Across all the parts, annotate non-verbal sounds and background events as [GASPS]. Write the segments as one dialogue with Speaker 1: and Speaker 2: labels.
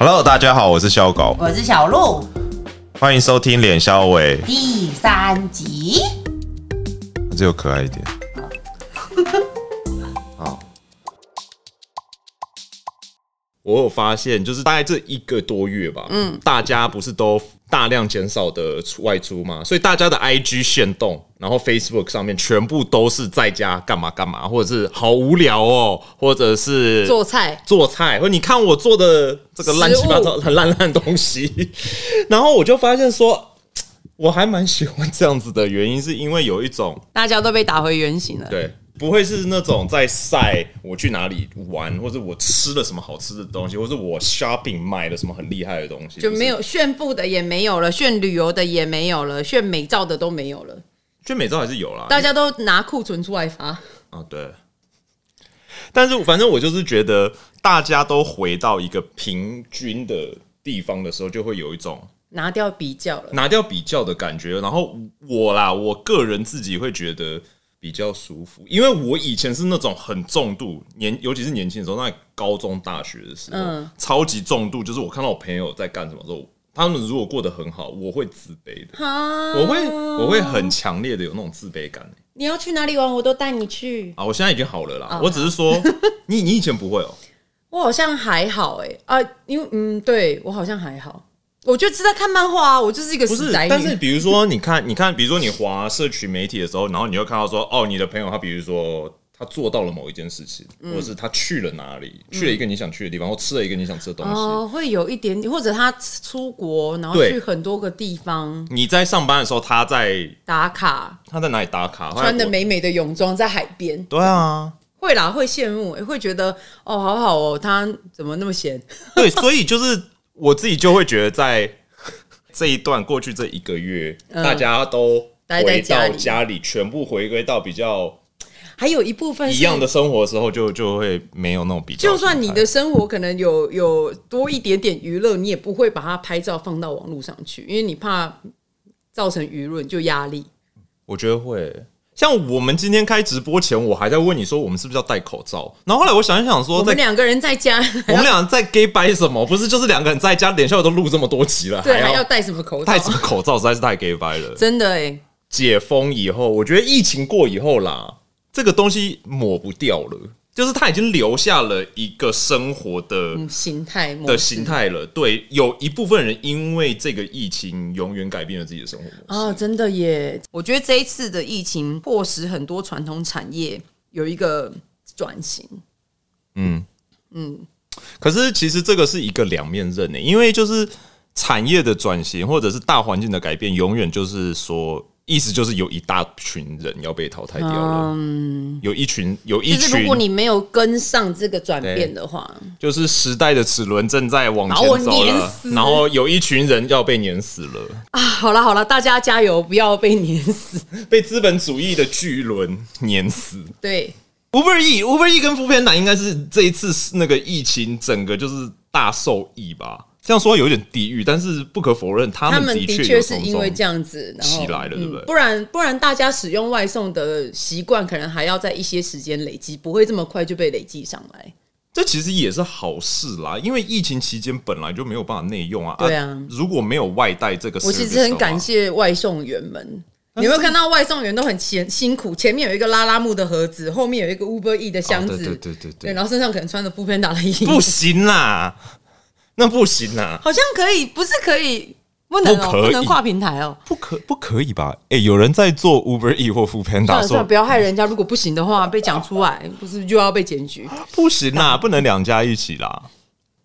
Speaker 1: Hello，大家好，我是肖狗，
Speaker 2: 我是小鹿，
Speaker 1: 欢迎收听脸肖伟，
Speaker 2: 第三集。
Speaker 1: 只有可爱
Speaker 3: [LAUGHS]
Speaker 1: 一点。好，
Speaker 3: 我有发现，就是大概这一个多月吧，嗯，大家不是都大量减少的出外出嘛，所以大家的 IG 限动，然后 Facebook 上面全部都是在家干嘛干嘛，或者是好无聊哦，或者是
Speaker 4: 做菜，
Speaker 3: 做菜，或者你看我做的这个乱七八糟、很烂烂的东西， [LAUGHS] 然后我就发现说。我还蛮喜欢这样子的原因，是因为有一种
Speaker 4: 大家都被打回原形了。
Speaker 3: 对，不会是那种在晒我去哪里玩，或者我吃了什么好吃的东西，或者我 shopping 买了什么很厉害的东西，
Speaker 4: 就没
Speaker 3: 有。
Speaker 4: 有炫富的也没有了，炫旅游的也没有了，炫美照的都没有了，
Speaker 3: 就每周还是有啦，
Speaker 4: 大家都拿库存出来发。
Speaker 3: 啊对。但是反正我就是觉得，大家都回到一个平均的地方的时候，就会有一种
Speaker 4: 拿掉比较了，
Speaker 3: 拿掉比较的感觉。然后我啦，我个人自己会觉得比较舒服，因为我以前是那种很重度年，尤其是年轻的时候，那高中、大学的时候，
Speaker 4: 嗯
Speaker 3: 超级重度，就是我看到我朋友在干什么的时候，他们如果过得很好，我会自卑的，
Speaker 4: 啊
Speaker 3: 嗯我会我会很强烈的有那种自卑感
Speaker 4: 你要去哪里玩，我都带你去。
Speaker 3: 啊！我现在已经好了啦，我只是说，你你以前不会哦、
Speaker 4: 我好像还好哎、啊，因为嗯，对我好像还好，我就是在看漫画啊，我就是一个
Speaker 3: 不
Speaker 4: 死
Speaker 3: 是，
Speaker 4: 宅女。
Speaker 3: 但是比如说，你看， [LAUGHS] 你看，比如说你滑社群媒体的时候，然后你就看到说，哦，你的朋友他比如说他做到了某一件事情，
Speaker 4: 嗯
Speaker 3: 或者是他去了哪里，去了一个你想去的地方，或吃了一个你想吃的东西。
Speaker 4: 哦，会有一点点，或者他出国，然后
Speaker 3: 对
Speaker 4: 去很多个地方
Speaker 3: 你在上班的时候，他在
Speaker 4: 打卡，
Speaker 3: 他在哪里打卡？
Speaker 4: 穿的
Speaker 3: 我
Speaker 4: 美美的泳装在海边。
Speaker 3: 对
Speaker 4: 哎
Speaker 3: 啊，
Speaker 4: 会啦，会羡慕，会觉得哦，好好哦，他怎么那么闲？
Speaker 3: 对， [LAUGHS] 所以就是我自己就会觉得，在 [LAUGHS] 这一段过去这一个月，
Speaker 4: 嗯
Speaker 3: 大家都
Speaker 4: 待在
Speaker 3: 回
Speaker 4: 家
Speaker 3: 到
Speaker 4: 里
Speaker 3: 家里，全部回归到比较
Speaker 4: 还有一部分是
Speaker 3: 一样的，生活的时候，就就会没有那种比较心态。
Speaker 4: 就算你的生活可能有有多一点点娱乐，你也不会把它拍照放到网络上去，因为你怕造成舆论就压力。
Speaker 3: 我觉得会。像我们今天开直播前，我还在问你说我们是不是要戴口罩，然后后来我想一想说
Speaker 4: 我
Speaker 3: 在，
Speaker 4: 们两个人在家，
Speaker 3: 我们俩在 gay 掰什么？不是就是两个人在家，脸笑都录这么多集了，
Speaker 4: [LAUGHS] 对，
Speaker 3: 还
Speaker 4: 还要
Speaker 3: 要
Speaker 4: 戴什么口罩
Speaker 3: 戴？什么口罩，实在是太 gay 掰了。
Speaker 4: 真的哎、欸，
Speaker 3: 解封以后，我觉得疫情过以后啦，这个东西抹不掉了，就是它已经留下了一个生活的、
Speaker 4: 嗯，形态模式
Speaker 3: 的形态了。对，有一部分人因为这个疫情，永远改变了自己的生活模式。
Speaker 4: 啊，真的耶！我觉得这一次的疫情迫使很多传统产业有一个转型，
Speaker 3: 可是其实这个是一个两面刃欸呢、因为就是产业的转型或者是大环境的改变，永远就是说，意思就是有一大群人要被淘汰掉了，有一群有一
Speaker 4: 就是
Speaker 3: 群
Speaker 4: 嗯如果你没有跟上这个转变的话，
Speaker 3: 就是时代的齿轮正在往
Speaker 4: 把我
Speaker 3: 前走
Speaker 4: 碾
Speaker 3: 了，
Speaker 4: 死
Speaker 3: 然后有一群人要被碾死了，
Speaker 4: 啊，好了好了，大家加油，不要被碾死。
Speaker 3: 被资本主义的巨轮碾死。
Speaker 4: [LAUGHS] 对，
Speaker 3: Uber E，Uber E 跟福片男应该是这一次那个疫情整个就是大受益吧。这样说有点地狱，但是不可否认，他
Speaker 4: 他
Speaker 3: 们
Speaker 4: 们
Speaker 3: 的
Speaker 4: 的
Speaker 3: 确
Speaker 4: 确
Speaker 3: 有
Speaker 4: 是
Speaker 3: 从
Speaker 4: 因
Speaker 3: 中
Speaker 4: 为这样子然后嗯
Speaker 3: 起来了对不对
Speaker 4: 不然不然，大家使用外送的习惯可能还要在一些时间累积，不会这么快就被累积上来。
Speaker 3: 这其实也是好事啦，因为疫情期间本来就没有办法内用啊。
Speaker 4: 对啊
Speaker 3: 如果没有外带这个，
Speaker 4: 我其实很感。谢外送员们。你有没有看到外送员都很前辛苦？前面有一个拉拉木的盒子，后面有一个 Uber E 的箱子，啊
Speaker 3: 哦对对对对对
Speaker 4: 然后身上可能穿着 f o o p a n d 的衣服，
Speaker 3: 不行啦，那不行啦，
Speaker 4: 好像可以，不是可以，不能、哦，
Speaker 3: 不可以
Speaker 4: 不能跨平台哦。
Speaker 3: 不可不可以吧？哎、有人在做 Uber E 或 Food
Speaker 4: 算
Speaker 3: Panda
Speaker 4: 了算了，
Speaker 3: 说
Speaker 4: 不要害人家。如果不行的话，被讲出来，不是就要被检
Speaker 3: [GASPS]
Speaker 4: 举？
Speaker 3: 不行啦，不能两家一起啦。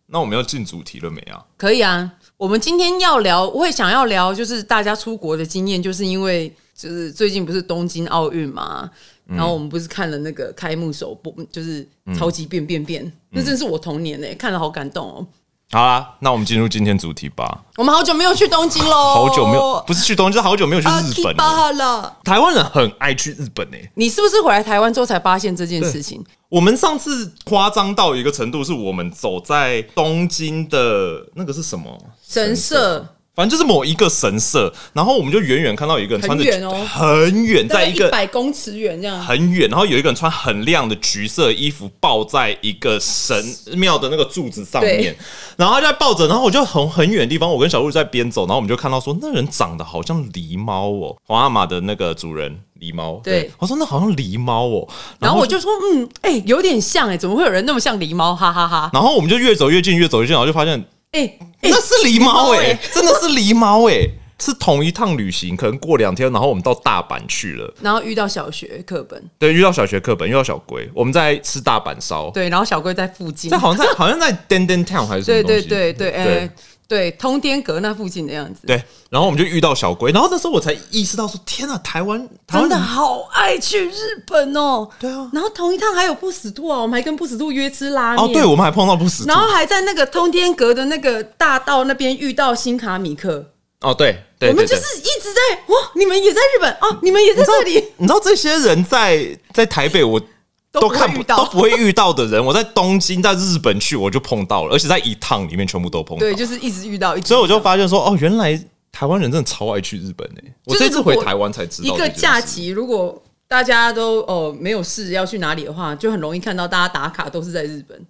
Speaker 3: 那我们要进主题了没啊？
Speaker 4: 可以啊。我们今天要聊，我会想要聊，就是大家出国的经验，就是因为就是最近不是东京奥运嘛，
Speaker 3: 嗯
Speaker 4: 然后我们不是看了那个开幕首播，就是超级变变变，
Speaker 3: 嗯
Speaker 4: 那真是我童年呢、看了好感动哦。
Speaker 3: 好啦，那我们进入今天主题吧。
Speaker 4: 我们好久没有去东京喽，
Speaker 3: [LAUGHS] 好久没
Speaker 4: 哦
Speaker 3: 有，不是去东京，是好久没有去日本了。
Speaker 4: 巴了。
Speaker 3: 台湾人很爱去日本诶、欸
Speaker 4: 你是不是回来台湾之后才发现这件事情？
Speaker 3: 我们上次夸张到一个程度，是我们走在东京的那个是什么
Speaker 4: 神社
Speaker 3: 反正就是某一个神社，然后我们就远远看到有一个人穿着
Speaker 4: 很远哦
Speaker 3: 很远在一
Speaker 4: 一
Speaker 3: 个
Speaker 4: 百公尺远这样，
Speaker 3: 很远，然后有一个人穿很亮的橘色衣服，抱在一个神庙的那个柱子上面
Speaker 4: 对，
Speaker 3: 然后他就在抱着，然后我就很很远的地方，我跟小鹿在边走，然后我们就看到说那人长得好像狸猫哦，皇阿玛的那个主人狸猫，
Speaker 4: 对
Speaker 3: 我说那好像狸猫哦，
Speaker 4: 然后我就说，嗯，哎、有点像哎、怎么会有人那么像狸猫？哈哈哈！
Speaker 3: 然后我们就越走越近，越走越近，然后就发现
Speaker 4: 哎、哎、
Speaker 3: [LAUGHS] 那是狸
Speaker 4: 狸
Speaker 3: 猫
Speaker 4: 猫
Speaker 3: 哎
Speaker 4: 欸，
Speaker 3: [LAUGHS] 真的是狸猫哎。是同一趟旅行，可能过两天，然后我们到大阪去了。
Speaker 4: 然后遇到小学课本，
Speaker 3: 对，遇到小学课本，遇到小龟，我们在吃大阪烧。
Speaker 4: 对，然后小龟在附近
Speaker 3: 这，好像在好像在 Denden Town 还是什
Speaker 4: 对
Speaker 3: 么东
Speaker 4: 对
Speaker 3: 西
Speaker 4: 对对，哎、
Speaker 3: 对
Speaker 4: 对，通天阁那附近的样子，
Speaker 3: 对，然后我们就遇到小龟，然后那时候我才意识到说，天啊，台湾台
Speaker 4: 真
Speaker 3: 湾
Speaker 4: 的好爱去日本哦。
Speaker 3: 对啊
Speaker 4: 然后同一趟还有不死兔啊，我们还跟不死兔约吃拉面。
Speaker 3: 哦，对，我们还碰到不死兔
Speaker 4: 然，后还在那个通天阁的那个大道那边遇到新卡米克，
Speaker 3: 哦，对对，
Speaker 4: 我们就
Speaker 3: 对对
Speaker 4: 是一直在哇，你们也在日本哦，你们也在这里，
Speaker 3: 你知道这些人在在台北我。
Speaker 4: [LAUGHS] 都
Speaker 3: 都
Speaker 4: 不会
Speaker 3: 看不
Speaker 4: 遇到
Speaker 3: 都不会遇到的人，我在东京、在日本去我就碰到了，而且在一趟里面全部都碰到
Speaker 4: 对，，就是一直遇到，一直
Speaker 3: 所以我就
Speaker 4: 遇到
Speaker 3: 发现说，哦，原来台湾人真的超爱去日本诶、我
Speaker 4: 就是
Speaker 3: 这次回
Speaker 4: 如果
Speaker 3: 台湾才知道
Speaker 4: 一
Speaker 3: 这
Speaker 4: 个
Speaker 3: 件
Speaker 4: 假
Speaker 3: 事
Speaker 4: 期，如果大家都哦没有事要去哪里的话，就很容易看到大家打卡都是在日本，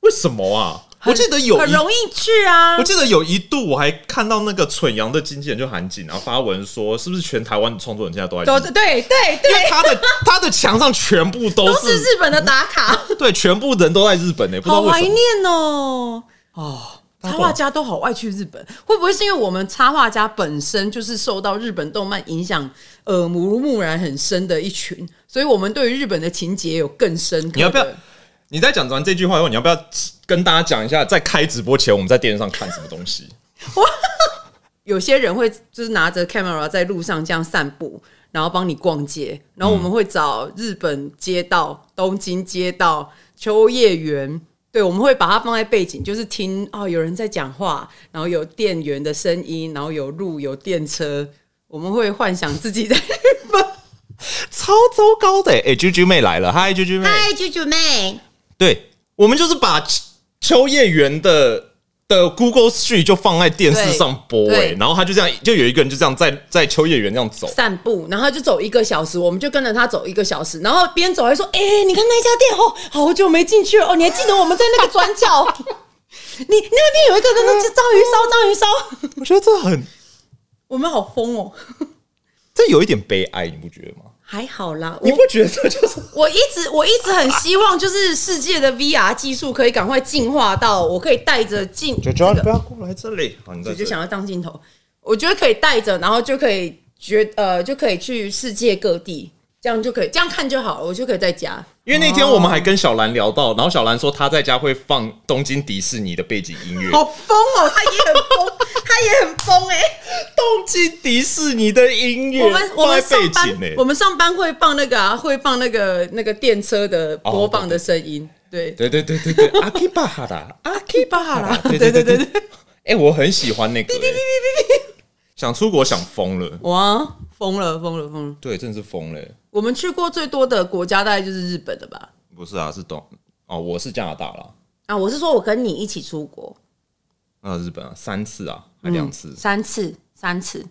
Speaker 3: 为什么啊？我记得有
Speaker 4: 很
Speaker 3: 一
Speaker 4: 容易去啊
Speaker 3: 我。记得有一度我还看到那个蠢羊的经纪人就韩景，然后发文说，是不是全台湾的创作人现在都在
Speaker 4: 都
Speaker 3: 日
Speaker 4: 对
Speaker 3: 本？
Speaker 4: 对对
Speaker 3: 因为
Speaker 4: 对，
Speaker 3: 他
Speaker 4: [LAUGHS]
Speaker 3: 的他的墙上全部都
Speaker 4: 都是
Speaker 3: 是
Speaker 4: 日本的打卡，
Speaker 3: 对，全部人都在日本呢、欸不知道
Speaker 4: 好怀
Speaker 3: 为什么。
Speaker 4: 念哦。哦，插
Speaker 3: 懂
Speaker 4: 画家都好爱去日本，会不会是因为我们插画家本身就是受到日本动漫影响，耳濡目染很深的一群，所以我们对于日本的情节有更深刻的。
Speaker 3: 你要不要？你在讲完这句话以后，你要不要跟大家讲一下，在开直播前我们在电视上看什么东西？
Speaker 4: 有些人会就是拿着 camera 在路上这样散步，然后帮你逛街，然后我们会找日本街道、东京街道、秋叶原。对，我们会把它放在背景，就是听哦，有人在讲话，然后有店员的声音，然后有路，有电车，我们会幻想自己在日本。
Speaker 3: 超糟糕的、欸！哎、啾啾妹来了，嗨，啾啾妹，
Speaker 2: 嗨，啾啾妹，
Speaker 3: 对我们就是把秋秋叶原的的 Google Street 就放在电视上播、
Speaker 4: 对
Speaker 3: 欸，
Speaker 4: 对
Speaker 3: 然后他就这样，就有一个人就这样在在秋叶原这样走，
Speaker 4: 散步，然后他就走一个小时，我们就跟着他走一个小时，然后边走还说：“哎、你看那家店哦，好久没进去了哦，你还记得我们在那个转
Speaker 3: [LAUGHS]
Speaker 4: 角？你那边有一个那那章鱼烧，章鱼烧，
Speaker 3: 我觉得这很，
Speaker 4: 我们好疯哦，
Speaker 3: 这有一点悲哀，你不觉得吗？
Speaker 4: 还好啦，
Speaker 3: 你
Speaker 4: 我
Speaker 3: 不觉得这就是
Speaker 4: 我一直我一直很希望，就是世界的 VR 技术可以赶快进化到我可以带着镜，这个
Speaker 3: 要过来这啊里，好，你在
Speaker 4: 我
Speaker 3: 这
Speaker 4: 就
Speaker 3: 里
Speaker 4: 想要当镜头，我觉得可以带着，然后就可以觉呃就可以去世界各地，这样就可以这样看就好了，我就可以在家。
Speaker 3: 因为那天我们还跟小兰聊到，然后小兰说她在家会放东京迪士尼的背景音乐，
Speaker 4: 好疯哦，他也很疯，他也很疯
Speaker 3: [LAUGHS]
Speaker 4: 哎、
Speaker 3: 东京迪士尼的音乐
Speaker 4: 我们我
Speaker 3: 放
Speaker 4: 们
Speaker 3: 在背
Speaker 4: 上班
Speaker 3: 景欸呢、，
Speaker 4: 我们上班会放那个啊，会放那个那个电车的
Speaker 3: 哦
Speaker 4: 播放的声音，对。
Speaker 3: 对对对对对，阿基巴哈达，
Speaker 4: 阿 K 巴啦，
Speaker 3: 对
Speaker 4: 对
Speaker 3: 对
Speaker 4: 对对
Speaker 3: 对对
Speaker 4: 对
Speaker 3: 对哎，我很喜欢那个、欸，想出国想疯了，
Speaker 4: 哇，疯了疯了疯了！
Speaker 3: 对，真的是疯了欸、
Speaker 4: 我们去过最多的国家大概就是日本了吧？
Speaker 3: 不是啊，是东哦，我是加拿大啦，
Speaker 4: 啊，我是说我跟你一起出国
Speaker 3: 那日本啊，三次啊，还两次，
Speaker 4: 嗯三次，三次。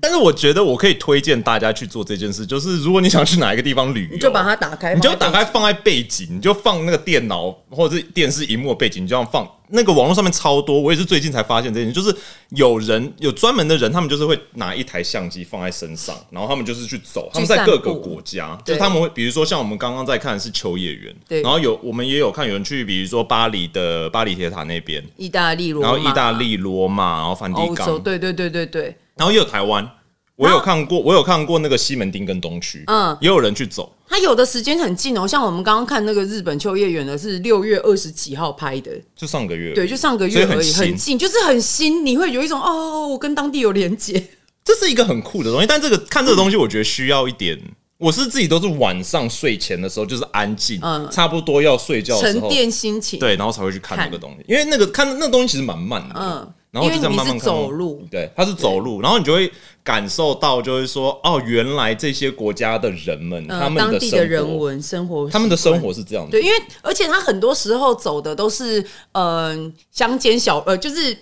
Speaker 3: 但是我觉得我可以推荐大家去做这件事，就是如果你想去哪一个地方旅游，
Speaker 4: 你就把它打开，
Speaker 3: 你就
Speaker 4: 放在
Speaker 3: 打
Speaker 4: 背
Speaker 3: 开放在背景，你就放那个电脑或者是电视荧幕的背景，你就这样放。那个网络上面超多，我也是最近才发现这件事，就是有人有专门的人，他们就是会拿一台相机放在身上，然后他们就是去走，他们在各个国家，就
Speaker 4: 对
Speaker 3: 是他们会，比如说像我们刚刚在看的是秋叶原，
Speaker 4: 对
Speaker 3: 然后有我们也有看有人去，比如说巴黎的巴黎铁塔那边，
Speaker 4: 意大利、罗
Speaker 3: 然
Speaker 4: 马、
Speaker 3: 后意大、利罗马，然后梵蒂
Speaker 4: 欧
Speaker 3: 冈
Speaker 4: 洲，，对对对对对。
Speaker 3: 然后也有台湾，我有看过，我有看过那个西门町跟东区，嗯
Speaker 4: 嗯，
Speaker 3: 也有人去走。
Speaker 4: 它有的时间很近哦，像我们刚刚看那个日本秋叶原的是六月二十几号拍的，
Speaker 3: 就上个月而已，
Speaker 4: 对，就上个
Speaker 3: 所
Speaker 4: 月而
Speaker 3: 以很
Speaker 4: 已，
Speaker 3: 新
Speaker 4: 很近，就是很新，你会有一种哦，我跟当地有连接。
Speaker 3: 这是一个很酷的东西，但这个看这个东西，我觉得需要一点。我是自己都是晚上睡前的时候，就是安静，
Speaker 4: 嗯
Speaker 3: 差不多要睡觉的时
Speaker 4: 沉
Speaker 3: 候，
Speaker 4: 淀心情。，
Speaker 3: 对，然后才会去看
Speaker 4: 看
Speaker 3: 那个东西，因为那个看那个东西其实蛮慢的，
Speaker 4: 嗯
Speaker 3: 然后就
Speaker 4: 因为
Speaker 3: 这样
Speaker 4: 你
Speaker 3: 慢慢
Speaker 4: 是
Speaker 3: 看
Speaker 4: 走路
Speaker 3: 对，它是走路，然后你就会感受到，就是说，哦，原来这些国家的人们，他
Speaker 4: 嗯，
Speaker 3: 们
Speaker 4: 当
Speaker 3: 的
Speaker 4: 地
Speaker 3: 生
Speaker 4: 的
Speaker 3: 活，
Speaker 4: 人文生活习惯，
Speaker 3: 他们的生活是这样的，
Speaker 4: 对，因为而且他很多时候走的都是嗯、呃乡间小呃，就是。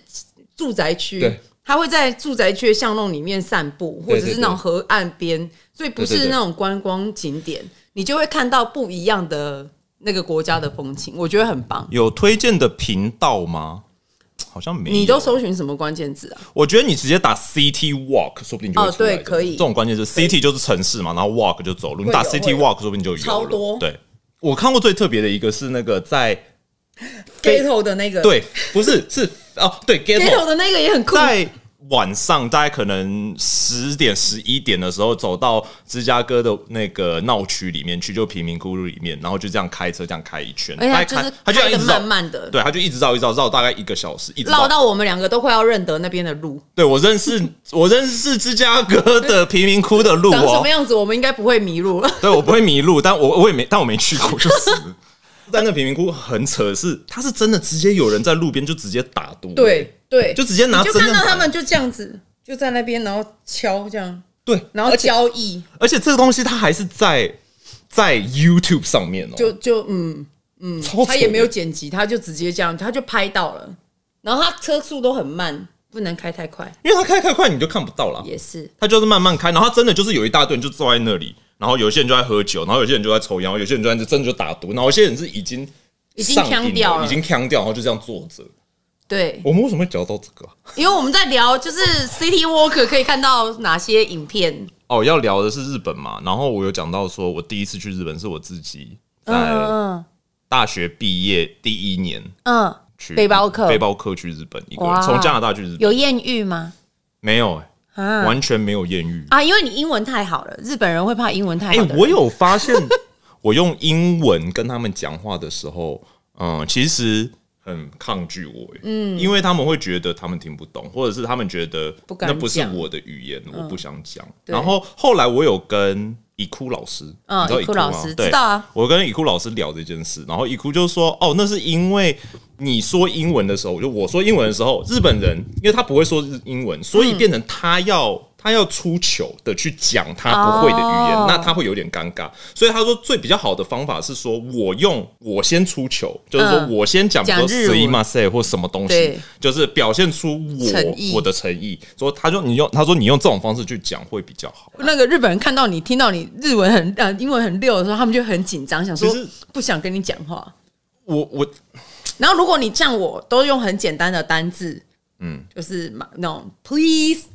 Speaker 4: 住宅区
Speaker 3: 对，
Speaker 4: 他会在住宅区的巷弄里面散步，或
Speaker 3: 对
Speaker 4: 者是
Speaker 3: 对
Speaker 4: 那种
Speaker 3: 对
Speaker 4: 河岸边，所以不
Speaker 3: 对对
Speaker 4: 是
Speaker 3: 对
Speaker 4: 那种观光景点，你就会看到不一样的那个国家的风情，我觉得很棒。
Speaker 3: 有推荐的频道吗？好像没有。
Speaker 4: 你都搜寻什么关键字啊？
Speaker 3: 我觉得你直接打 City Walk，说不定就会
Speaker 4: 哦
Speaker 3: 出来的
Speaker 4: 对可以
Speaker 3: 这种关键是 City 就是城市嘛，然后 Walk 就走路，你打
Speaker 4: 有
Speaker 3: City
Speaker 4: 会有
Speaker 3: Walk 说不定就有了
Speaker 4: 超多
Speaker 3: 对，我看过最特别的一个是那
Speaker 4: [LAUGHS]
Speaker 3: 个在
Speaker 4: ghetto 的那个，
Speaker 3: 对，不是是哦，对
Speaker 4: ，ghetto
Speaker 3: Ghetto
Speaker 4: 的那个也很酷，
Speaker 3: 在。晚上大概可能十点十一点的时候，走到芝加哥的那个闹区里面去，就贫民窟里面，然后就这样开车这样开一圈，
Speaker 4: 而且
Speaker 3: 大概
Speaker 4: 它哎就
Speaker 3: 开
Speaker 4: 是
Speaker 3: 他就这
Speaker 4: 开
Speaker 3: 样一
Speaker 4: 的
Speaker 3: 直绕
Speaker 4: 慢，慢的，
Speaker 3: 对，他就一直绕一直绕绕大概一个小时，一直
Speaker 4: 绕到我们两个都快要认得那边的路。
Speaker 3: 对我
Speaker 4: [LAUGHS]
Speaker 3: 认识，我认识芝加哥的贫民窟的路
Speaker 4: 长什
Speaker 3: 哦
Speaker 4: 么，样子，我们应该不会迷路了。
Speaker 3: 对我不会迷路，但我我也没，但我没去过，就是。
Speaker 4: [LAUGHS]
Speaker 3: 但那贫民窟很扯，是他是真的直接有人在路边就直接打赌，
Speaker 4: 对对，
Speaker 3: 就直接拿
Speaker 4: 你就
Speaker 3: 真
Speaker 4: 看
Speaker 3: 正
Speaker 4: 到
Speaker 3: 牌
Speaker 4: 他们就这样子，就在那边，然后敲这样，
Speaker 3: 对，
Speaker 4: 然后
Speaker 3: 而且
Speaker 4: 交易，
Speaker 3: 而且这个东西它还是在在 YouTube 上面哦，
Speaker 4: 就就嗯，
Speaker 3: 超
Speaker 4: 他也没有
Speaker 3: 扯
Speaker 4: 剪辑，他就直接这样，他就拍到了。然后他车速都很慢，不能开太快，
Speaker 3: 的，因为他开开快你就看不到啦，
Speaker 4: 也是。
Speaker 3: 他就是慢慢开，然后他真的就是有一大堆人就坐在那里，然后有些人就在喝酒，然后有些人就在抽烟，然后有些人就在真的就打赌，然后有些人是已经
Speaker 4: 已经
Speaker 3: 上瘾
Speaker 4: 呛掉了
Speaker 3: 已经呛掉，然后就这样坐着。
Speaker 4: 对，
Speaker 3: 我们为什么会聊到这个啊、
Speaker 4: 因为我们在聊就是 City Walker 可以看到哪些影片，
Speaker 3: 哦，要聊的是日本嘛，然后我有讲到说，我第一次去日本是我自己在
Speaker 4: 嗯
Speaker 3: 大学毕业第一年
Speaker 4: 嗯，
Speaker 3: 去
Speaker 4: 背包客
Speaker 3: 背包客去日本一个
Speaker 4: 哇，哦
Speaker 3: 从加拿大去日本
Speaker 4: 有艳遇吗？
Speaker 3: 没有、欸
Speaker 4: 啊
Speaker 3: 完全没有艳遇。
Speaker 4: 啊，因为你英文太好了，日本人会怕英文太
Speaker 3: 哎、
Speaker 4: 好的人。
Speaker 3: 我有发现，我用英文跟他们讲话的时候，嗯，其实很抗拒我、欸，嗯，因为他们会觉得他们听不懂，或者是他们觉得
Speaker 4: 不敢
Speaker 3: 那不是
Speaker 4: 讲嗯
Speaker 3: 我的语言，我不想讲。
Speaker 4: 对
Speaker 3: 然后后来我有跟。伊哭老师，
Speaker 4: 嗯
Speaker 3: 你知道
Speaker 4: 伊库
Speaker 3: 吗
Speaker 4: 老师
Speaker 3: 对
Speaker 4: 知道啊。
Speaker 3: 我跟伊哭老师聊这件事，然后伊哭就说：“哦，那是因为你说英文的时候，就我说英文的时候，日本人因为他不会说日英文，所以变成他要、
Speaker 4: 嗯
Speaker 3: 他要出糗的去讲他他不会的语言，
Speaker 4: 哦
Speaker 3: 那他会有点尴尬。所以他说最比较好的方法是说，我用我先出球，就是说
Speaker 4: 嗯
Speaker 3: 我先讲，比如说
Speaker 4: 讲日文
Speaker 3: “see m a s 或什么东西
Speaker 4: 对，
Speaker 3: 就是表现出
Speaker 4: 诚
Speaker 3: 我
Speaker 4: 意
Speaker 3: 我的诚意。说他说你用他说你用这种方式去讲会比较好。
Speaker 4: 那个日本人看到你听到你日文很呃英文很溜的时候，他们就很紧张，想说
Speaker 3: 其实
Speaker 4: 不想跟你讲话。
Speaker 3: 我我
Speaker 4: 然后如果你像我都用很简单的单字，嗯，就是嘛那种 please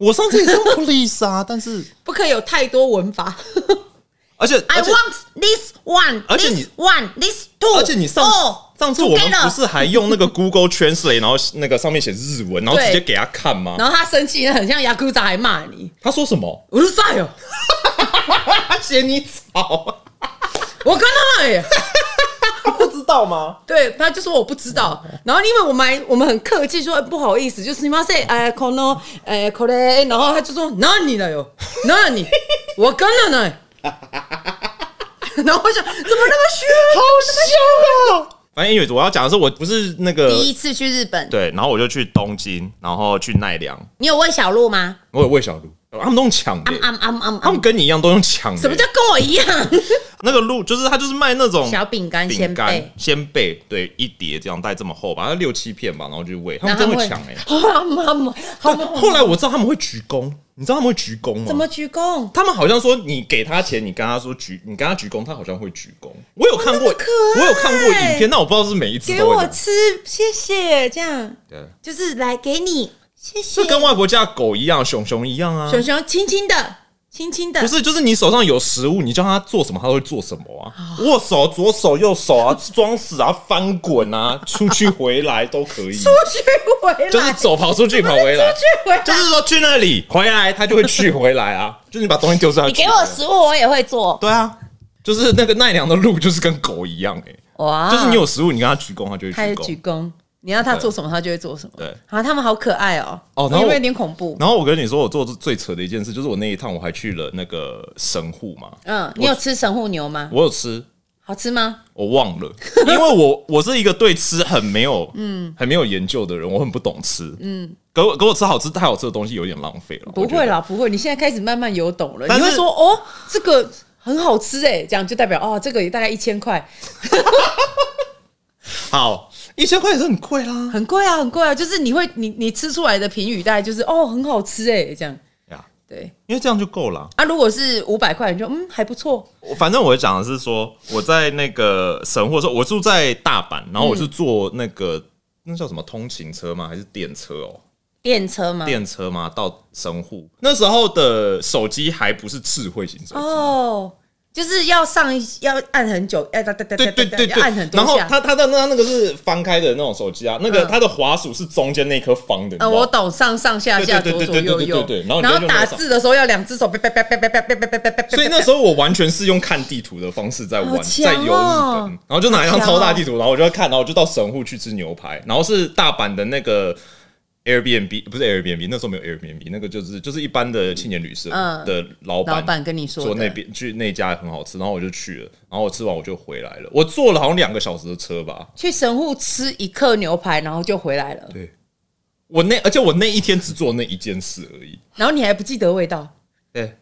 Speaker 3: 我上次也是用 please 啊，但是
Speaker 4: 不可以有太多文法。
Speaker 3: 而且
Speaker 4: I
Speaker 3: [LAUGHS] 而且
Speaker 4: want this one,
Speaker 3: 而且你
Speaker 4: this one, this two。
Speaker 3: 而且你上
Speaker 4: 哦
Speaker 3: 上次我们
Speaker 4: together
Speaker 3: 不是还用那个 Google Translate，然后那个上面写日文，然后
Speaker 4: 对
Speaker 3: 直接给他看吗？
Speaker 4: 然后他生气，很像牙箍仔还骂你，
Speaker 3: 他说什么？
Speaker 4: 我是在 [LAUGHS] 哦，
Speaker 3: 他嫌你吵，
Speaker 4: 我跟他哎。
Speaker 3: 他不知道吗？
Speaker 4: 对，他就说我不知道，然后因为我们还我们很客气说、哎不好意思，就是你妈说哎可能哎可能，然后他就说那你了哟，那你哦我跟了呢，然后我想怎么那么虚，好凶啊！
Speaker 3: 反正因为我要讲的是，我不是那个
Speaker 4: 第一次去日本，
Speaker 3: 对，然后我就去东京，然后去奈良，
Speaker 4: 你有问小鹿吗？
Speaker 3: 我有喂小鹿，他们都用抢的、
Speaker 4: 嗯嗯嗯嗯
Speaker 3: 他
Speaker 4: 嗯，
Speaker 3: 们跟你一样都用抢的、
Speaker 4: 什么叫跟我一样？
Speaker 3: 那个鹿？就是他就是卖那种
Speaker 4: 小饼干
Speaker 3: 饼
Speaker 4: 先
Speaker 3: 干
Speaker 4: 贝，
Speaker 3: 鲜贝，对，一叠这样带这么厚吧，它六七片吧，然后就喂，他
Speaker 4: 然
Speaker 3: 们
Speaker 4: 后
Speaker 3: 真
Speaker 4: 他
Speaker 3: 的
Speaker 4: 们
Speaker 3: 会抢哎、
Speaker 4: [LAUGHS] 好好好好
Speaker 3: 对后来我知道他们会鞠躬，你知道他们会鞠躬吗？
Speaker 4: 怎么鞠
Speaker 3: [LAUGHS]
Speaker 4: 躬？
Speaker 3: 他们好像说你给他钱，你跟他说鞠，你跟他鞠躬，他好像会鞠躬。我有看过，
Speaker 4: 么可爱
Speaker 3: 我有看过影片，但我不知道是每一次
Speaker 4: 给
Speaker 3: 都会
Speaker 4: 我
Speaker 3: 这样。
Speaker 4: 吃，谢谢，这样
Speaker 3: 对
Speaker 4: 就是来给你，谢谢
Speaker 3: 这。跟外婆家的狗一样，熊熊一样啊。
Speaker 4: 熊熊轻轻的，轻轻的，
Speaker 3: 不是，就是你手上有食物，你叫他做什么，他会做什么啊？握手、左手、右手啊，装死啊，翻滚啊，出去回来都可以，
Speaker 4: 出去回来，
Speaker 3: 就是走跑出去跑回来
Speaker 4: 出，去回来。
Speaker 3: 就是说去那里回来，他就会去回来啊。就是你把东西丢出来，
Speaker 2: 你给
Speaker 3: 去回
Speaker 2: 我
Speaker 3: 来
Speaker 2: 食物，我也会做。
Speaker 3: 对啊，就是那个奈良的鹿就是跟狗一样哎、
Speaker 4: 哇
Speaker 3: 就是你有食物，你跟他鞠躬，他就会
Speaker 4: 啊他有
Speaker 3: 鞠
Speaker 4: 鞠
Speaker 3: 躬。
Speaker 4: 躬，你让他做什么，他就会做什么。
Speaker 3: 对
Speaker 4: 啊，他们好可爱哦。
Speaker 3: 哦然后
Speaker 4: 因
Speaker 3: 我
Speaker 4: 为有点恐怖。
Speaker 3: 然后我跟你说，我做最扯的一件事，就是我那一趟我还去了那个神户嘛，
Speaker 4: 嗯，你有吃神户牛吗？
Speaker 3: 我有吃，
Speaker 4: 好吃吗？
Speaker 3: 我忘了，因为我我是一个对吃很没有嗯很没有研究的人，我很不懂吃，嗯，给我给我吃好吃太好吃的东西有点浪费了，
Speaker 4: 不
Speaker 3: 我觉得
Speaker 4: 会，啦，不会。你现在开始慢慢有懂了，
Speaker 3: 但
Speaker 4: 你
Speaker 3: 是
Speaker 4: 会说哦，这个很好吃哎，这样就代表哦，这个也大概一千块。
Speaker 3: 好，一千块也是很贵啦。
Speaker 4: 很贵啊，很贵啊，就是你会你你吃出来的评语大概就是哦很好吃哎、这样，
Speaker 3: 呀，
Speaker 4: 对
Speaker 3: 因为这样就够了。
Speaker 4: 啊，如果是五百块你就嗯还不错，
Speaker 3: 我反正我讲的是说，我在那个神户的时候，我住在大阪，然后我是坐那个、那叫什么通勤车吗？还是电车哦？
Speaker 4: 电车吗？
Speaker 3: 电车吗？到神户那时候的手机还不是智慧型手机。
Speaker 4: 哦，就是要上一要按很久，哎哒哒哒哒
Speaker 3: 对
Speaker 4: 哒
Speaker 3: 对
Speaker 4: 哒
Speaker 3: 对对，
Speaker 4: 要按很多
Speaker 3: 然后
Speaker 4: 下。
Speaker 3: 它它的那那个是翻开的那种手机啊，那个
Speaker 4: 嗯
Speaker 3: 它的滑鼠是中间那颗方的，你知
Speaker 4: 呃，
Speaker 3: 道吗
Speaker 4: 我懂上上下下
Speaker 3: 对
Speaker 4: 左
Speaker 3: 对对
Speaker 4: 左右
Speaker 3: 对对
Speaker 4: 右，
Speaker 3: 对对对然后你就用
Speaker 4: 打
Speaker 3: 那个
Speaker 4: 字的时候要两只手，啪啪啪啪啪啪啪啪啪啪。
Speaker 3: 所以那时候我完全是用看地图的方式在玩，
Speaker 4: 好强哦
Speaker 3: 在游日本，然后就拿一张超大地图，然后我就看，然后我就到神户去吃牛排，然后是大阪的那个 Airbnb，不是 Airbnb，那时候没有 Airbnb，那个就是就是一般的青年旅社
Speaker 4: 嗯
Speaker 3: 的老板、
Speaker 4: 老板跟你说的
Speaker 3: 说那边去那家很好吃，然后我就去了，然后我吃完我就回来了，我坐了好像两个小时的车吧，
Speaker 4: 去神户吃一克牛排，然后就回来了，
Speaker 3: 对。我那，而且我那一天只做那一件事而已。
Speaker 4: 然后你还不记得味道，
Speaker 3: 对，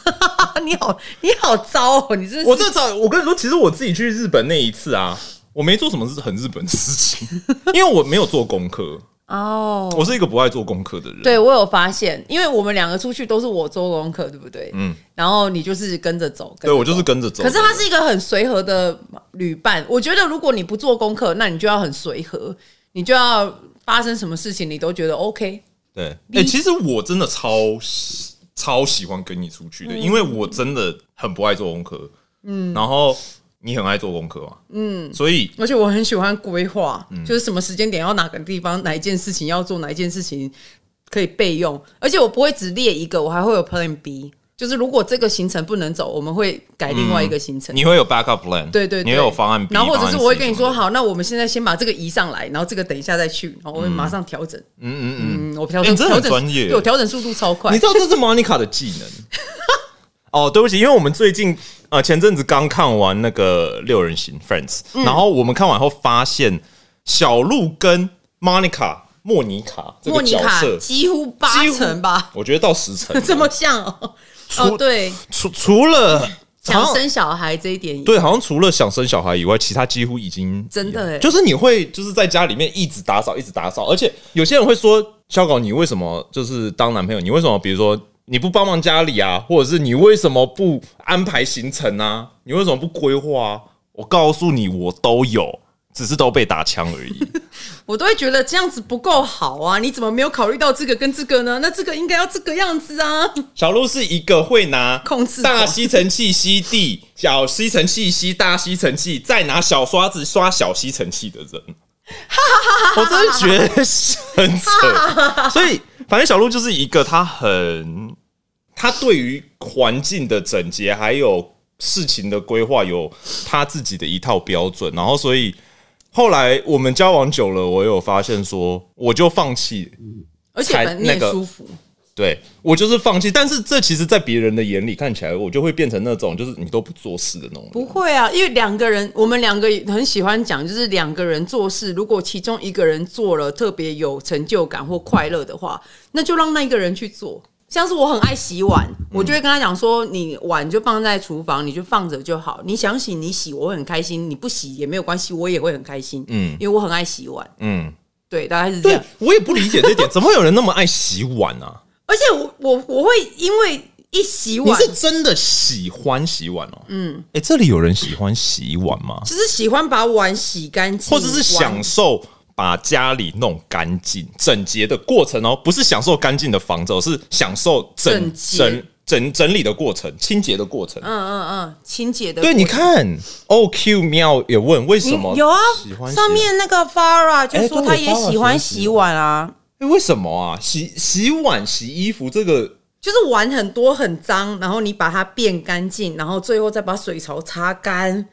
Speaker 4: [LAUGHS] 你好你好糟哦，你这
Speaker 3: 我这早，我跟你说，其实我自己去日本那一次啊，我没做什么很日本的事情， [LAUGHS] 因为我没有做功课，
Speaker 4: 哦，
Speaker 3: 我是一个不爱做功课的人。
Speaker 4: 对我有发现，因为我们两个出去都是我做功课，对不对？嗯
Speaker 3: 嗯，
Speaker 4: 然后你就是跟着走，跟
Speaker 3: 对，
Speaker 4: 着
Speaker 3: 我就是跟着走。
Speaker 4: 可是他是一个很随和的旅伴，我觉得如果你不做功课，那你就要很随和，你就要发生什么事情你都觉得 OK。
Speaker 3: 对，哎、其实我真的超喜超喜欢跟你出去的，
Speaker 4: 嗯
Speaker 3: 因为我真的很不爱做功课。嗯，然后你很爱做功课嘛？嗯，所以
Speaker 4: 而且我很喜欢规划，
Speaker 3: 嗯
Speaker 4: 就是什么时间点要哪个地方，哪一件事情要做，哪一件事情可以备用。而且我不会只列一个，我还会有 Plan B，就是如果这个行程不能走，我们会改另外一个行程。
Speaker 3: [LAUGHS] 嗯你会有 backup plan，
Speaker 4: 对对对，
Speaker 3: 你会有方案 B，
Speaker 4: 然后或者是我会跟你说，
Speaker 3: 方案
Speaker 4: 好，那我们现在先把这个移上来，然后这个等一下再去，然后我会马上调整。
Speaker 3: C 什么的，嗯嗯嗯嗯。
Speaker 4: 嗯，我调
Speaker 3: 欸
Speaker 4: 整
Speaker 3: 你真的
Speaker 4: 调
Speaker 3: 很
Speaker 4: 整
Speaker 3: 专业
Speaker 4: 对我调整速度超快
Speaker 3: 你。知道这是 Monica 的技
Speaker 4: [LAUGHS]
Speaker 3: 能。哦，对不起，因为我们最近呃前阵子刚看完那个六人行 Friends，、然
Speaker 4: 嗯
Speaker 3: 后我们看完后发现小鹿跟 Monica 莫妮卡这
Speaker 4: 莫
Speaker 3: 个
Speaker 4: 妮
Speaker 3: 角
Speaker 4: 卡
Speaker 3: 色，
Speaker 4: 几乎八
Speaker 3: 几乎
Speaker 4: 成吧，，
Speaker 3: 我觉得到十成
Speaker 4: [LAUGHS] 这么像哦。哦，
Speaker 3: 出
Speaker 4: 对，
Speaker 3: 除除了
Speaker 4: 想
Speaker 3: 好像
Speaker 4: 生小孩这一点，
Speaker 3: 对，好像除了想生小孩以外，其他几乎已经
Speaker 4: 真的欸
Speaker 3: [LAUGHS] 就是你会就是在家里面一直打扫，一直打扫，而且有些人会说，小狗，你为什么就是当男朋友，你为什么比如说你不帮忙家里啊，或者是你为什么不安排行程啊，你为什么不规划啊？我告诉你，我都有，只是都被打枪而已。
Speaker 4: 我都会觉得这样子不够好啊！你怎么没有考虑到这个跟这个呢？那这个应该要这个样子 [LAUGHS] 啊！
Speaker 3: 小鹿是一个会拿
Speaker 4: 控制狂
Speaker 3: 大吸尘器吸地，小吸尘器吸大吸尘器，再拿小刷子刷小吸尘器的
Speaker 4: [LAUGHS]
Speaker 3: 人。我真的觉得很
Speaker 4: [LAUGHS]
Speaker 3: 扯，所以反正小鹿就是一个他很，他对于环境的整洁还有事情的规划有他自己的一套标准，然后所以后来我们交往久了，我有发现说，我就放弃
Speaker 4: 而且
Speaker 3: 才
Speaker 4: 本你也
Speaker 3: 那个
Speaker 4: 舒服，
Speaker 3: 对我就是放弃，但是这其实，在别人的眼里看起来，我就会变成那种就是你都不做事的那种人。
Speaker 4: 不会啊，因为两个人，我们两个很喜欢讲，就是两个人做事，如果其中一个人做了特别有成就感或快乐的话，那就让那个人去做。像是我很爱洗碗，我就会跟他讲说，你碗就放在厨房，你就放着就好。你想洗你洗，我会很开心；你不洗也没有关系，我也会很开心。嗯
Speaker 3: 嗯，
Speaker 4: 因为我很爱洗碗。
Speaker 3: 嗯，
Speaker 4: 对，大概是这
Speaker 3: 对
Speaker 4: 样。
Speaker 3: 我也不理解这
Speaker 4: [LAUGHS]
Speaker 3: 点，怎么会有人那么爱洗碗啊？
Speaker 4: 而且我我我会因为一洗
Speaker 3: 你
Speaker 4: 碗，
Speaker 3: 是真的喜欢洗碗哦？嗯，哎、这里有人喜欢洗碗吗？
Speaker 4: 就是喜欢把碗洗干净，
Speaker 3: 或者是享
Speaker 4: 碗
Speaker 3: 受把家里弄干净、整洁的过程哦，不是享受干净的房子哦，是享受整
Speaker 4: 整洁
Speaker 3: 整整整理的过程、清洁的过程。
Speaker 4: 嗯嗯嗯清洁的
Speaker 3: 对，你看，OQ 喵也问为什
Speaker 4: 你
Speaker 3: 么
Speaker 4: 有啊
Speaker 3: 喜欢，洗
Speaker 4: 上面那个 Farah 就
Speaker 3: 哎
Speaker 4: 说
Speaker 3: 对
Speaker 4: 他也
Speaker 3: Farah
Speaker 4: 喜
Speaker 3: 喜
Speaker 4: 欢
Speaker 3: 欢
Speaker 4: 洗碗啊，
Speaker 3: 欸、为什么啊？洗洗碗、洗衣服这个，
Speaker 4: 就是碗很多很脏，然后你把它变干净，然后最后再把水槽擦干，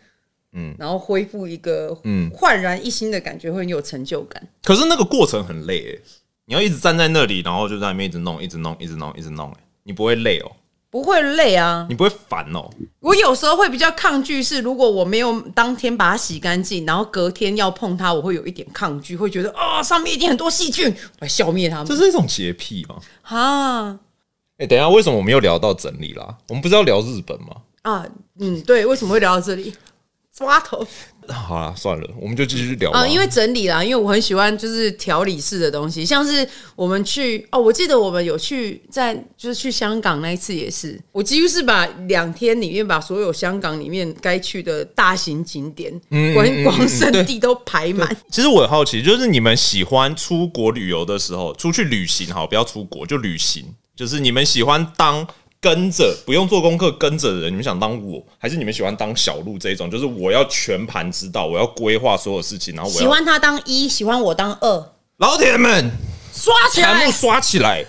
Speaker 4: 嗯，然后恢复一个嗯
Speaker 3: 嗯
Speaker 4: 焕然一新的感觉，会很有成就感。
Speaker 3: 可是那个过程很累、欸，你要一直站在那里，然后就在那边一直弄、一直弄、一直弄、一直弄、欸，你不会累哦、
Speaker 4: 不会累啊！
Speaker 3: 你不会烦哦、
Speaker 4: 我有时候会比较抗拒，是如果我没有当天把它洗干净，然后隔天要碰它，我会有一点抗拒，会觉得啊、上面一定很多细菌，我要消灭它
Speaker 3: 这
Speaker 4: 们
Speaker 3: 是一种洁癖吗？
Speaker 4: 啊
Speaker 3: 哎、等一下，为什么我们又聊到整理啦？我们不是要聊日本吗？
Speaker 4: 啊！嗯，对，为什么会聊到这里？抓头
Speaker 3: 好啦，算了，我们就继续聊吧。
Speaker 4: 啊，因为整理啦，因为我很喜欢就是条理式的东西，像是我们去哦，我记得我们有去在就是去香港那一次也是，我几乎是把两天里面把所有香港里面该去的大型景点、观光圣地都排满。
Speaker 3: 其实我很好奇，就是你们喜欢出国旅游的时候，出去旅行好，不要出国就旅行，就是你们喜欢当跟着不用做功课跟着的人，你们想当我，还是你们喜欢当小鹿这一种？就是我要全盘知道，我要规划所有事情，然后我
Speaker 2: 喜
Speaker 3: 要
Speaker 2: 欢他当一，喜欢我当二，
Speaker 3: 老铁们
Speaker 4: 刷起
Speaker 3: 全
Speaker 4: 来
Speaker 3: 部刷起来，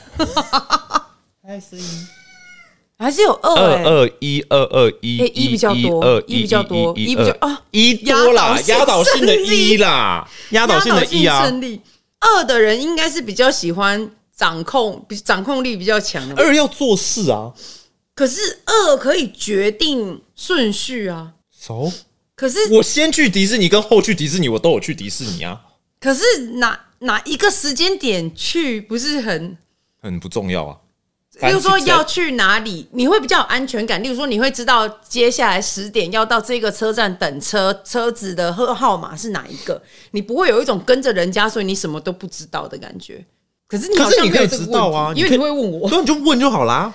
Speaker 2: 还有声音，
Speaker 4: 还是有二
Speaker 3: 二
Speaker 4: 哎、
Speaker 3: 二一二二一
Speaker 4: 哎一比较多
Speaker 3: 二
Speaker 4: 一比较多一比较啊
Speaker 3: 一多啦，
Speaker 4: 压
Speaker 3: 压倒
Speaker 4: 倒
Speaker 3: 性
Speaker 4: 性
Speaker 3: 的
Speaker 4: 胜利
Speaker 3: 一啦，压倒性的一啊，
Speaker 4: 胜利二的人应该是比较喜欢掌控，比掌控力比较强的吧。
Speaker 3: 二要做事啊，
Speaker 4: 可是二可以决定顺序啊。
Speaker 3: 走。
Speaker 4: 可是
Speaker 3: 我先去迪士尼跟后去迪士尼，我都有去迪士尼啊，
Speaker 4: 可是哪哪一个时间点去不是很？
Speaker 3: 很不重要啊。
Speaker 4: 例如说
Speaker 3: 反正
Speaker 4: 要去哪里，你会比较有安全感。例如说，你会知道接下来十点要到这个车站等车，车子的号号码是哪一个，你不会有一种跟着人家，所以你什么都不知道的感觉。可是你好
Speaker 3: 可是
Speaker 4: 像
Speaker 3: 你
Speaker 4: 没
Speaker 3: 可
Speaker 4: 有
Speaker 3: 以
Speaker 4: 这个
Speaker 3: 知道啊
Speaker 4: 问题因为
Speaker 3: 你
Speaker 4: 你
Speaker 3: 可
Speaker 4: 会
Speaker 3: 以
Speaker 4: 问我，
Speaker 3: 那你就问就好啦。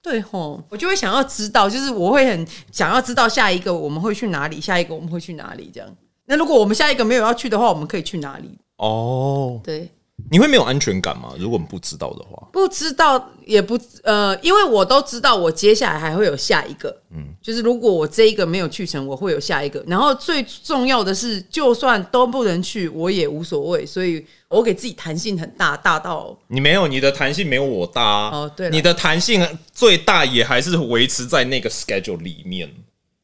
Speaker 4: 对吼，我就会想要知道，就是我会很想要知道下一个我们会去哪里，下一个我们会去哪里这样。那如果我们下一个没有要去的话，我们可以去哪里？
Speaker 3: 哦，
Speaker 4: 对，
Speaker 3: 你会没有安全感吗？如果你不知道的话，
Speaker 4: 不知道也不呃，因为我都知道我接下来还会有下一个，嗯，就是如果我这一个没有去成，我会有下一个。然后最重要的是，就算都不能去，我也无所谓，所以我给自己弹性很大，大到
Speaker 3: 你没有，你的弹性没有我大、啊。
Speaker 4: 哦对啦
Speaker 3: 你的弹性最大也还是维持在那个 schedule 里面。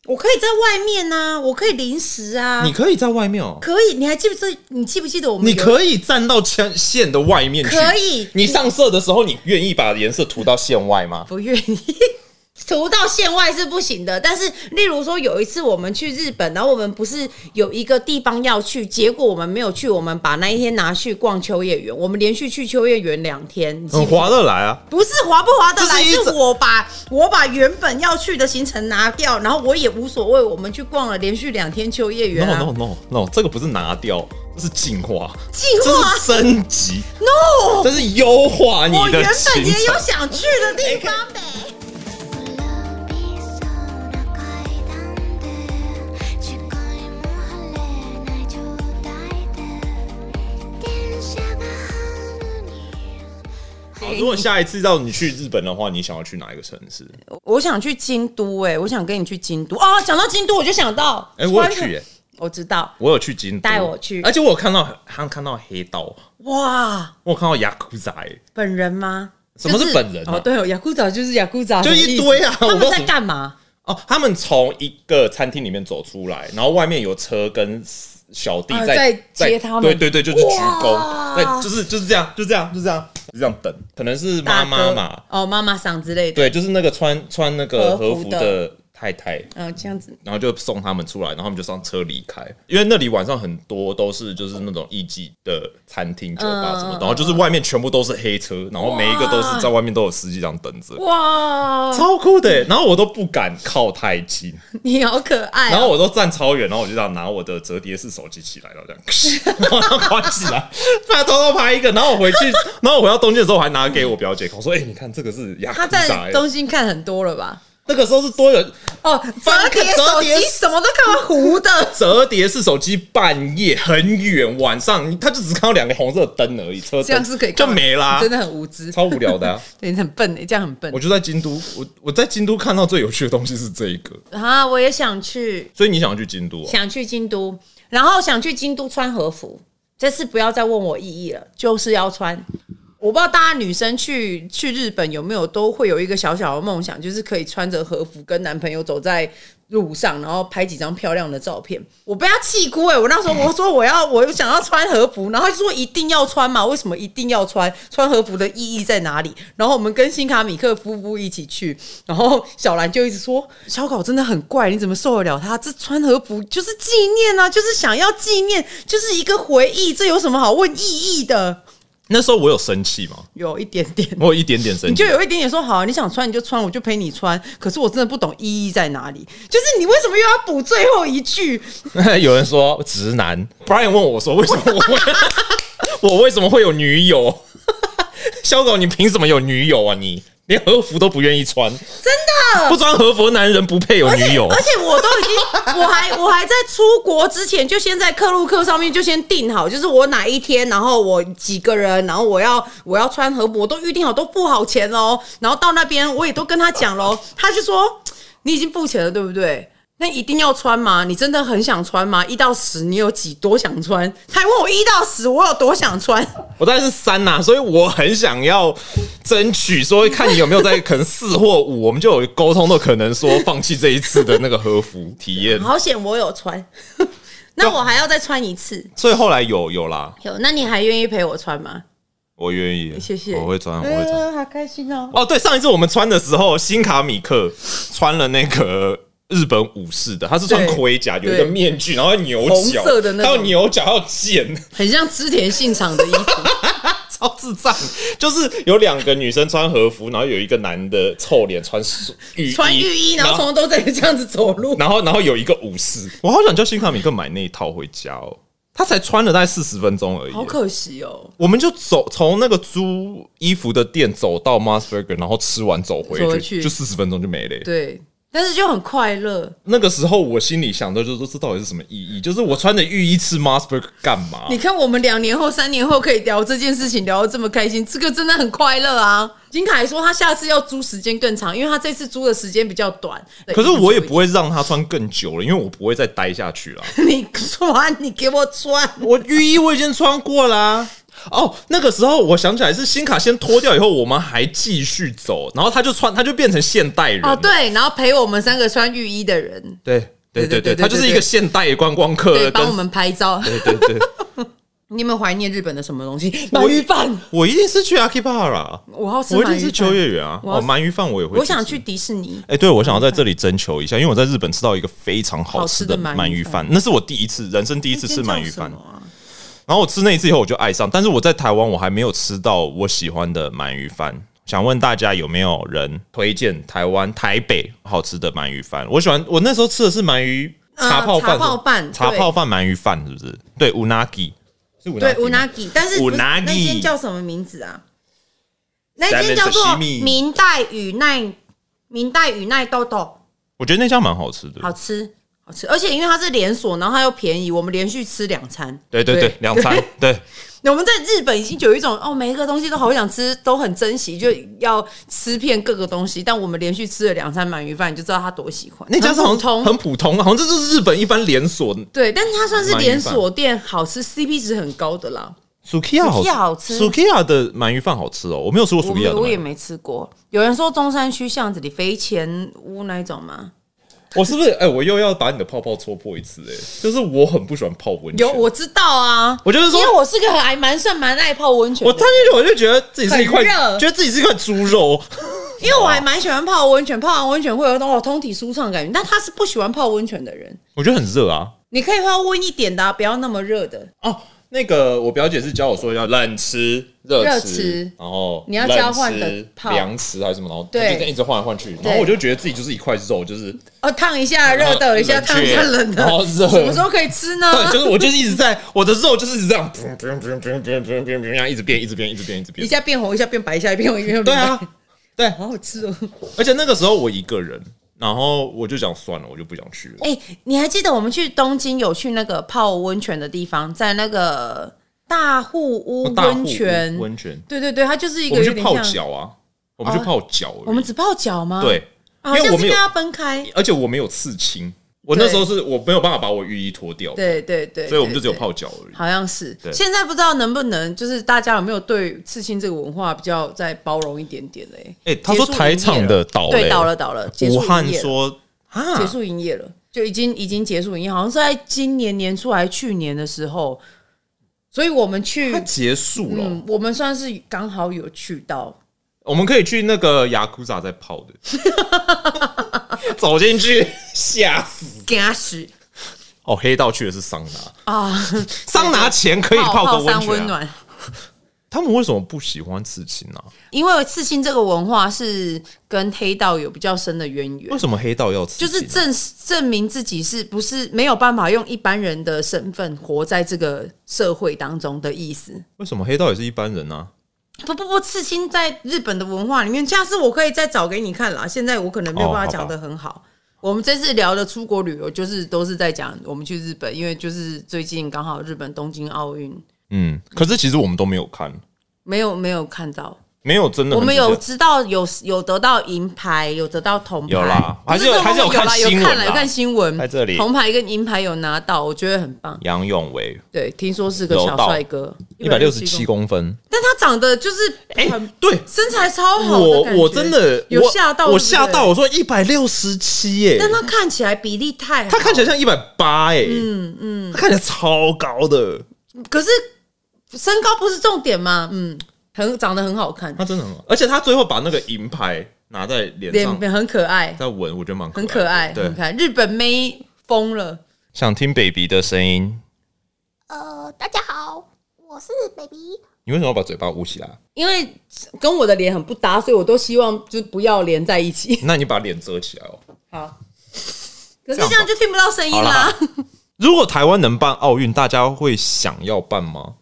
Speaker 2: 我可以在外面呐、我可以临时啊
Speaker 3: 你，可以在外面哦，
Speaker 2: 可以，你还记不记？你记不记得我们
Speaker 3: 你
Speaker 2: 有
Speaker 3: 可以站到圈线的外面去。
Speaker 2: 可以
Speaker 3: 你上色的时候，你愿意把颜色涂到线外吗？
Speaker 4: 不
Speaker 2: [LAUGHS]
Speaker 4: 愿意。
Speaker 2: 涂到线外是不行的，但是例如说有一次我们去日本，然后我们不是有一个地方要去，结果我们没有去，我们把那一天拿去逛秋叶原，我们连续去秋叶原两天，你记
Speaker 3: 很
Speaker 2: 不
Speaker 3: 划得来啊。
Speaker 2: 不是划不划得来，
Speaker 3: 这是一
Speaker 2: 是
Speaker 3: 种
Speaker 2: 我把我把原本要去的行程拿掉，然后我也无所谓，我们去逛了连续两天秋叶原
Speaker 3: No
Speaker 2: 啊，
Speaker 3: no no no，这个不是拿掉，这是进化，
Speaker 2: 进
Speaker 3: 这
Speaker 2: 化
Speaker 3: 是升级，
Speaker 2: no，
Speaker 3: [LAUGHS] 这是优化你
Speaker 2: 我
Speaker 3: 的
Speaker 2: 原
Speaker 3: 行
Speaker 2: 本也有
Speaker 3: 程。
Speaker 2: 想去的地方呗。
Speaker 5: 빗소나 가이던데 시간이 뭐할래 날 좋다이들 댄샤가 하느니
Speaker 3: 好如果下一次让你去日本的话，你想要去哪一个城市？
Speaker 4: 我想去京都、哎，我想跟你去京都哦。讲到京都，我就想到，
Speaker 3: 哎、我有去、耶，
Speaker 4: 我知道，
Speaker 3: 我有去京都，
Speaker 2: 带我去
Speaker 3: 而且我有看到，还看到黑道，
Speaker 4: 哇，
Speaker 3: 我有看到雅库仔，
Speaker 4: 本人吗？
Speaker 3: 什么是本人啊
Speaker 4: 哦，对哦，雅库长就是雅库长，
Speaker 3: 就一堆啊！
Speaker 4: 什么
Speaker 3: 我
Speaker 4: 意思他
Speaker 3: 不
Speaker 4: 们
Speaker 3: 知道
Speaker 4: 在
Speaker 3: 什么
Speaker 4: 干嘛？
Speaker 3: 哦，他们从一个餐厅里面走出来，然后外面有车跟小弟
Speaker 4: 啊
Speaker 3: 在、
Speaker 4: 在接他们
Speaker 3: 对对对，就是鞠躬，对，就是就是这样，就这样，就这样，就这样等，可能是妈
Speaker 4: 大
Speaker 3: 妈
Speaker 4: 哥
Speaker 3: 嘛。
Speaker 4: 哦，妈妈桑之类的，
Speaker 3: 对，就是那个穿穿那个和
Speaker 4: 和
Speaker 3: 服
Speaker 4: 服
Speaker 3: 的太太，
Speaker 4: 嗯，这样子
Speaker 3: 然后就送他们出来，然后他们就上车离开。因为那里晚上很多都是就是那种艺妓的餐厅、酒吧
Speaker 4: 嗯
Speaker 3: 什么，然后就是外面全部都是黑车，然后每一个都是在外面都有司机这样等着。
Speaker 4: 哇，
Speaker 3: 超酷的欸、然后我都不敢靠太近，
Speaker 4: 你好可爱、
Speaker 3: 然后
Speaker 4: 哦。
Speaker 3: 我都站超远，然后我就这样拿我的折叠式手机起来，然后这样，然后关起来，他偷偷拍一个，然后我回去，然后我回到东京的时候，我还拿给我表姐看，我说：“哎、你看这个是雅
Speaker 4: 他
Speaker 3: 库扎
Speaker 4: 在
Speaker 3: 欸，
Speaker 4: 东京看很多了吧？
Speaker 3: 那个时候是多人
Speaker 4: 哦，
Speaker 3: 翻
Speaker 4: 折叠手
Speaker 3: 折叠，
Speaker 4: 机什么都看到糊的
Speaker 3: [LAUGHS] 折叠式手机半夜很远，晚上他就只看到两个红色的灯而已，车灯
Speaker 4: 这样是可以
Speaker 3: 就
Speaker 4: 干嘛
Speaker 3: 没啦，
Speaker 4: 真的很无知，
Speaker 3: 超无聊
Speaker 4: [LAUGHS]
Speaker 3: 的、啊。
Speaker 4: 对你很笨哎，这样很笨
Speaker 3: 我就在京都，我我在京都看到最有趣的东西是这一个，
Speaker 4: 啊！我也想去，
Speaker 3: 所以你想要去京都、啊？
Speaker 2: 想去京都，然后想去京都穿和服。这次不要再问我意义了，
Speaker 4: 就是要穿。我不知道大家女生去去日本有没有都会有一个小小的梦想，就是可以穿着和服跟男朋友走在路上，然后拍几张漂亮的照片。我被他气哭哎、我那时候我说我要我想要穿和服，然后他就说一定要穿嘛，为什么一定要穿？穿和服的意义在哪里？然后我们跟辛卡米克夫妇一起去，然后小兰就一直说小狗真的很怪，你怎么受得了他？这穿和服就是纪念啊，就是想要纪念，就是一个回忆，这有什么好问意义的？
Speaker 3: 那时候我有生气吗？
Speaker 4: 有一点点，
Speaker 3: 我有一点点生
Speaker 4: 你
Speaker 3: 气
Speaker 4: 就。有一点点说好，你想穿你就穿，我就陪你穿。可是我真的不懂意义在哪里，就是你为什么又要补最后一句？
Speaker 3: [LAUGHS] 有人说直男，Brian 问我说为什么我会 [LAUGHS] 我为什么会有女友？ [LAUGHS] 小狗，你凭什么有女友啊你？连和服都不愿意穿，真的不穿和服的男人不配有女友。
Speaker 2: 而且我都已经，我 [LAUGHS] 还我还在出国之前就先在克鲁克上面就先定好，就是我哪一天，然后我几个人，然后我要我要穿和服，我都预定好，都付好钱喽。然后到那边我也都跟他讲喽，他就说你已经付钱了，对不对？那一定要穿吗？你真的很想穿吗？一到十，你有几多想穿？他还问我一到十，我有多想穿？
Speaker 3: 我当然是三呐、所以我很想要争取说，看你有没有在可能四或五，我们就有沟通的可能，说放弃这一次的那个和服体
Speaker 4: [LAUGHS]
Speaker 3: 验。
Speaker 2: 好险我有穿， [LAUGHS] 那我还要再穿一次。
Speaker 3: 所以后来有有啦，
Speaker 2: 有，那你还愿意陪我穿吗？
Speaker 3: 我愿意，
Speaker 4: 谢谢
Speaker 3: 我会穿，我会穿。
Speaker 4: 呃，好开心哦。
Speaker 3: 哦，对，上一次我们穿的时候，新卡米克穿了那个日本武士的，他是穿
Speaker 4: 对
Speaker 3: 盔甲，有一个
Speaker 4: 对
Speaker 3: 面具，然后牛
Speaker 4: 红
Speaker 3: 角，
Speaker 4: 色的那
Speaker 3: 还有
Speaker 4: 种
Speaker 3: 牛角，还有剑，
Speaker 4: 很像织田信长的衣服，
Speaker 3: [LAUGHS] 超智障。就是有两个女生穿和服，然后有一个男的臭脸穿浴衣
Speaker 2: 穿浴衣，然后从头到尾这样子走路。
Speaker 3: [LAUGHS] 然后然后有一个武士，我好想叫新卡米克买那一套回家哦。他才穿了大概四十分钟而已，
Speaker 4: 好可惜哦。
Speaker 3: 我们就走从那个租衣服的店走到 Mars Burger，然后吃完走回
Speaker 4: 走回
Speaker 3: 去，
Speaker 4: 去
Speaker 3: 就四十分钟就没了耶。
Speaker 4: 对，但是就很快乐。
Speaker 3: 那个时候我心里想的就是说，这到底是什么意义？就是我穿着浴衣吃 Mars Burger 干嘛？
Speaker 4: 你看，我们两年后、三年后可以聊这件事情，聊得这么开心，这个真的很快乐啊！金凯说他下次要租时间更长，因为他这次租的时间比较短。
Speaker 3: 可是我也不会让他穿更久了，因为我不会再待下去 [LAUGHS] 了。
Speaker 4: 你穿，你给我穿。
Speaker 3: 我浴衣我已经穿过啦、哦，那个时候我想起来是新卡先脱掉以后，我们还继续走，然后他就穿，他就变成现代人了
Speaker 4: 哦，对，然后陪我们三个穿浴衣的人，
Speaker 3: 对
Speaker 4: 对
Speaker 3: 对对对，
Speaker 4: 对对
Speaker 3: 他就是一个现代观光客
Speaker 4: 对，
Speaker 3: 呃跟
Speaker 4: 帮我们拍照。
Speaker 3: 对对对，
Speaker 4: 你有没有怀念日本的什么东西？鳗鱼饭，
Speaker 3: [LAUGHS] 我一定是去 Akibara，
Speaker 4: 我要吃
Speaker 3: 啊我一定
Speaker 4: 鳗
Speaker 3: 是
Speaker 4: 鱼
Speaker 3: 秋
Speaker 4: 饭。
Speaker 3: 叶原啊，
Speaker 4: 我要
Speaker 3: 哦，鳗鱼饭我也会，
Speaker 4: 我想去。迪士尼，
Speaker 3: 哎、对，我想要在这里征求一下，因为我在日本吃到一个非常好吃的
Speaker 4: 好吃的
Speaker 3: 鳗
Speaker 4: 鳗
Speaker 3: 鱼
Speaker 4: 鱼
Speaker 3: 饭
Speaker 4: 饭，
Speaker 3: 那是我第一次，人生第一次吃鳗鱼
Speaker 4: 那间叫
Speaker 3: 饭
Speaker 4: 什。么啊
Speaker 3: 然后我吃那一次以后，我就爱上，但是我在台湾我还没有吃到我喜欢的鳗鱼饭。想问大家有没有人推荐台湾台北好吃的鳗鱼饭？我喜欢，我那时候吃的是鳗鱼茶泡
Speaker 4: 呃茶
Speaker 3: 饭，
Speaker 4: 泡饭
Speaker 3: 茶
Speaker 4: 对
Speaker 3: 泡饭鳗鱼饭是不是？对，unagi 是 unagi
Speaker 2: 对
Speaker 3: 吗
Speaker 2: Unagi，但是不是
Speaker 3: 啊 Unagi
Speaker 2: 那间叫什么名字啊？那间叫做
Speaker 3: Salmon sashimi
Speaker 2: 明代与奈明代与奈豆豆，
Speaker 3: 我觉得那家蛮好吃的，
Speaker 2: 好吃好吃，而且因为它是连锁，然后它又便宜，我们连续吃两餐。
Speaker 3: 对对对
Speaker 4: 对，
Speaker 3: 两餐对，
Speaker 4: [LAUGHS] 我们在日本已经有一种哦，每一个东西都好想吃，都很珍惜，就要吃遍各个东西。但我们连续吃了两餐鳗鱼饭，你就知道他多喜欢。
Speaker 3: 那家是好
Speaker 4: 很普
Speaker 3: 像
Speaker 4: 通，
Speaker 3: 很普通，好像这就是日本一般连锁
Speaker 4: 对，但是它算是连锁店，好吃，CP 值很高的啦。
Speaker 3: ，Sukiya 好
Speaker 4: Sukiya 好吃
Speaker 3: Sukiya 的鳗鱼饭好吃哦，我没有吃过
Speaker 4: 我
Speaker 3: Sukiya 的
Speaker 4: 我
Speaker 3: 鳗
Speaker 4: 也
Speaker 3: 鱼，
Speaker 4: 没吃过。有人说中山区巷子里肥前屋那一种吗？
Speaker 3: [LAUGHS] 我是不是？哎，我又要把你的泡泡戳破一次，哎，就是我很不喜欢泡温泉，
Speaker 4: 有，我知道啊。
Speaker 3: 我就是
Speaker 4: 因
Speaker 3: 说
Speaker 4: 为我是个还蛮算蛮爱泡温泉
Speaker 3: 我
Speaker 4: 的，
Speaker 3: 踏进去我就觉得自己是一块，
Speaker 4: 很热
Speaker 3: 觉得自己是一块猪肉，
Speaker 4: 因为我还蛮喜欢泡温泉，泡完温泉会有那种哦通体舒畅的感觉。但他是不喜欢泡温泉的人，
Speaker 3: 我觉得很热啊。
Speaker 4: 你可以泡温一点的、啊，不要那么热的。
Speaker 3: 哦，那个我表姐是教我说要冷吃、热
Speaker 4: 热
Speaker 3: 吃
Speaker 4: 吃，
Speaker 3: 然后
Speaker 4: 你要交换的
Speaker 3: 冷吃
Speaker 4: 泡
Speaker 3: 凉吃还是什么，然后就
Speaker 4: 对
Speaker 3: 这样一直换来换去，然后
Speaker 4: 对
Speaker 3: 我就觉得自己就是一块肉，就是 [LAUGHS]
Speaker 4: 哦，烫一下热的，一下烫一下冷的，
Speaker 3: 啊然后热
Speaker 4: 什么时候可以吃呢？
Speaker 3: [LAUGHS] 对，就是我就是一直在我的肉就是一直这样，不用不用不用不用不用不用不用不用，一直变一直变一直变一直
Speaker 4: 一
Speaker 3: 变。
Speaker 4: 下变红，一下变白，一下变红，一下变
Speaker 3: 对
Speaker 4: 白
Speaker 3: 啊，对，
Speaker 4: 好好吃哦。
Speaker 3: 而且那个时候我一个人，然后我就想算了，我就不想去了。
Speaker 2: 哎、你还记得我们去东京有去那个泡温泉的地方，在那个大户屋
Speaker 3: 哦大户
Speaker 2: 温泉？
Speaker 3: 温泉，
Speaker 4: 对对对，它就是一个
Speaker 3: 我们
Speaker 4: 有
Speaker 3: 去
Speaker 4: 点
Speaker 3: 泡
Speaker 4: 像，哦
Speaker 3: 脚啊，我们去泡脚而已，
Speaker 2: 我们只泡脚吗？
Speaker 3: 对，
Speaker 2: 啊，好
Speaker 3: 因为
Speaker 2: 像
Speaker 3: 我
Speaker 2: 是
Speaker 3: 没
Speaker 2: 跟
Speaker 3: 有，
Speaker 2: 它分开。
Speaker 3: 而且我没有刺青，我那时候是我没有办法把我浴衣脱掉，
Speaker 4: 对对对，
Speaker 3: 所以我们就只有
Speaker 4: 对。
Speaker 3: 泡脚而已
Speaker 4: 对。好像是
Speaker 3: 对，
Speaker 4: 现在不知道能不能，就是大家有没有对刺青这个文化比较再包容一点点嘞？
Speaker 3: 哎，他说
Speaker 4: 结束营业
Speaker 3: 台场的倒
Speaker 4: 对，
Speaker 3: 嘞
Speaker 4: 倒了倒了，结束
Speaker 3: 武
Speaker 4: 营业
Speaker 3: 汉
Speaker 4: 了
Speaker 3: 说啊，
Speaker 4: 结束营业了，就已经已经结束营业，好像是在今年年初还是去年的时候，所以我们去
Speaker 3: 他，结束了
Speaker 4: 嗯，，我们算是刚好有去到，
Speaker 3: 我们可以去那个雅库扎在泡的，
Speaker 4: [LAUGHS]
Speaker 3: 走进去吓死！
Speaker 4: 嘎死
Speaker 3: 哦，黑道去的是桑拿，
Speaker 4: 啊！
Speaker 3: 桑拿前可以泡个
Speaker 4: 泡
Speaker 3: 温
Speaker 4: 山温啊
Speaker 3: 泉啊、
Speaker 4: 暖，
Speaker 3: 他们为什么不喜欢刺青啊？
Speaker 4: 因为刺青这个文化是跟黑道有比较深的渊源
Speaker 3: 为，什么黑道要刺
Speaker 4: 就
Speaker 3: 青啊？
Speaker 4: 哦是证证明自己是不是没有办法用一般人的身份活在这个社会当中的意思。
Speaker 3: 为什么黑道也是一般人啊？
Speaker 4: 不不不，刺青在日本的文化里面，下次我可以再找给你看啦。现在我可能没有办法讲得很好。我们这次聊的出国旅游，就是都是在讲我们去日本，因为就是最近刚好日本东京奥运
Speaker 3: 嗯，可是其实我们都没有看，
Speaker 4: 没有没有看到，
Speaker 3: 没有真的
Speaker 4: 我
Speaker 3: 很
Speaker 4: 们
Speaker 3: 直接
Speaker 4: 有知道有有得到银牌，有得到铜牌，
Speaker 3: 有啦
Speaker 4: 不
Speaker 3: 还是有
Speaker 4: 说
Speaker 3: 还是有
Speaker 4: 有啦
Speaker 3: 看
Speaker 4: 有
Speaker 3: 新闻
Speaker 4: 看了
Speaker 3: 啦
Speaker 4: 有看新闻，
Speaker 3: 在这里
Speaker 4: 铜牌跟银牌有拿到，我觉得很棒。
Speaker 3: 杨永伟
Speaker 4: 对，听说是个
Speaker 3: 柔
Speaker 4: 小
Speaker 3: 道
Speaker 4: 帅哥，
Speaker 3: 一百六十七，公分，
Speaker 4: 但他长得就是
Speaker 3: 哎、
Speaker 4: 很
Speaker 3: 对
Speaker 4: 身材超好的
Speaker 3: 我
Speaker 4: 感觉，
Speaker 3: 我真的
Speaker 4: 有
Speaker 3: 我
Speaker 4: 吓到，
Speaker 3: 我
Speaker 4: 对不对
Speaker 3: 吓到，，我说一百六十七耶，
Speaker 4: 但他看起来比例太好，
Speaker 3: 他看起来像一百八哎，嗯嗯，他看起来超高的，
Speaker 4: 可是身高不是重点吗？嗯，很长得很好看，
Speaker 3: 他真的很好，而且他最后把那个银牌拿在脸
Speaker 4: 脸
Speaker 3: 上
Speaker 4: 很可爱，
Speaker 3: 在闻，我觉得蛮
Speaker 4: 很可爱，
Speaker 3: 对
Speaker 4: 很，可爱，日本妹疯了。
Speaker 3: 想听 baby 的声音，
Speaker 5: 呃，大家好，我是 baby。
Speaker 3: 你为什么要把嘴巴捂起来？
Speaker 4: 因为跟我的脸很不搭，所以我都希望就是不要连在一起。
Speaker 3: 那你把脸遮起来哦。
Speaker 4: 好， [LAUGHS] 可是
Speaker 3: 这样吧
Speaker 4: 这样就听不到声音
Speaker 3: 好
Speaker 4: 啦
Speaker 3: 啦。
Speaker 4: [LAUGHS]
Speaker 3: 如果台湾能办奥运，大家会想要办吗？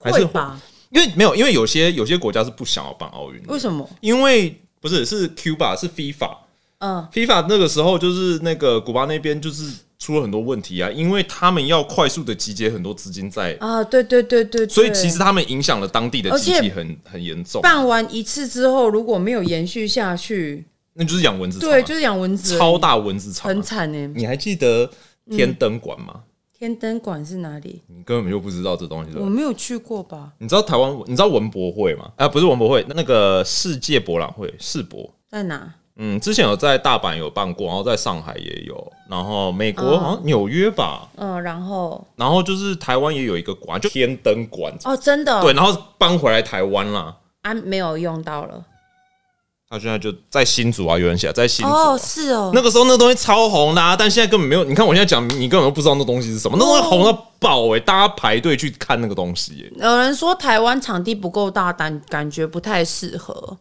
Speaker 3: 还
Speaker 4: 会
Speaker 3: 是
Speaker 4: 吧？
Speaker 3: 因为没有，因为有些有些国家是不想要办奥运的，
Speaker 4: 为什么？
Speaker 3: 因为不是是 Cuba 是 FIFA。
Speaker 4: 嗯，
Speaker 3: FIFA 那个时候就是那个古巴那边就是出了很多问题啊，因为他们要快速的集结很多资金在，
Speaker 4: 啊，对对对对对
Speaker 3: 所以其实他们影响了当地的
Speaker 4: 而且
Speaker 3: 经济很很严重，
Speaker 4: 办完一次之后，如果没有延续下去，
Speaker 3: 那就是养蚊子场啊、
Speaker 4: 对，就是养蚊子而已，
Speaker 3: 超大蚊子场啊、
Speaker 4: 很惨呢。
Speaker 3: 你还记得天灯馆吗？
Speaker 4: 天灯馆是哪里？
Speaker 3: 你根本就不知道这东西对吧
Speaker 4: 我没有去过吧？
Speaker 3: 你知道台湾，你知道文博会吗？啊，不是文博会，那个世界博览会世博。
Speaker 4: 在哪？
Speaker 3: 嗯，之前有在大阪有办过，然后在上海也有，然后美国好像纽约吧，
Speaker 4: 嗯，然后
Speaker 3: 然后就是台湾也有一个馆，就天灯馆，
Speaker 4: 哦，真的哦
Speaker 3: 对，然后搬回来台湾啦。
Speaker 4: 啊，没有用到了。
Speaker 3: 他现在就在新竹啊，有人写在新竹啊、
Speaker 4: 哦，是哦，
Speaker 3: 那个时候那东西超红的、啊，但现在根本没有。你看我现在讲，你根本都不知道那东西是什么，那东
Speaker 4: 哦
Speaker 3: 西红到爆哎、大家排队去看那个东西、欸。
Speaker 4: 有人说台湾场地不够大，但感觉不太适合。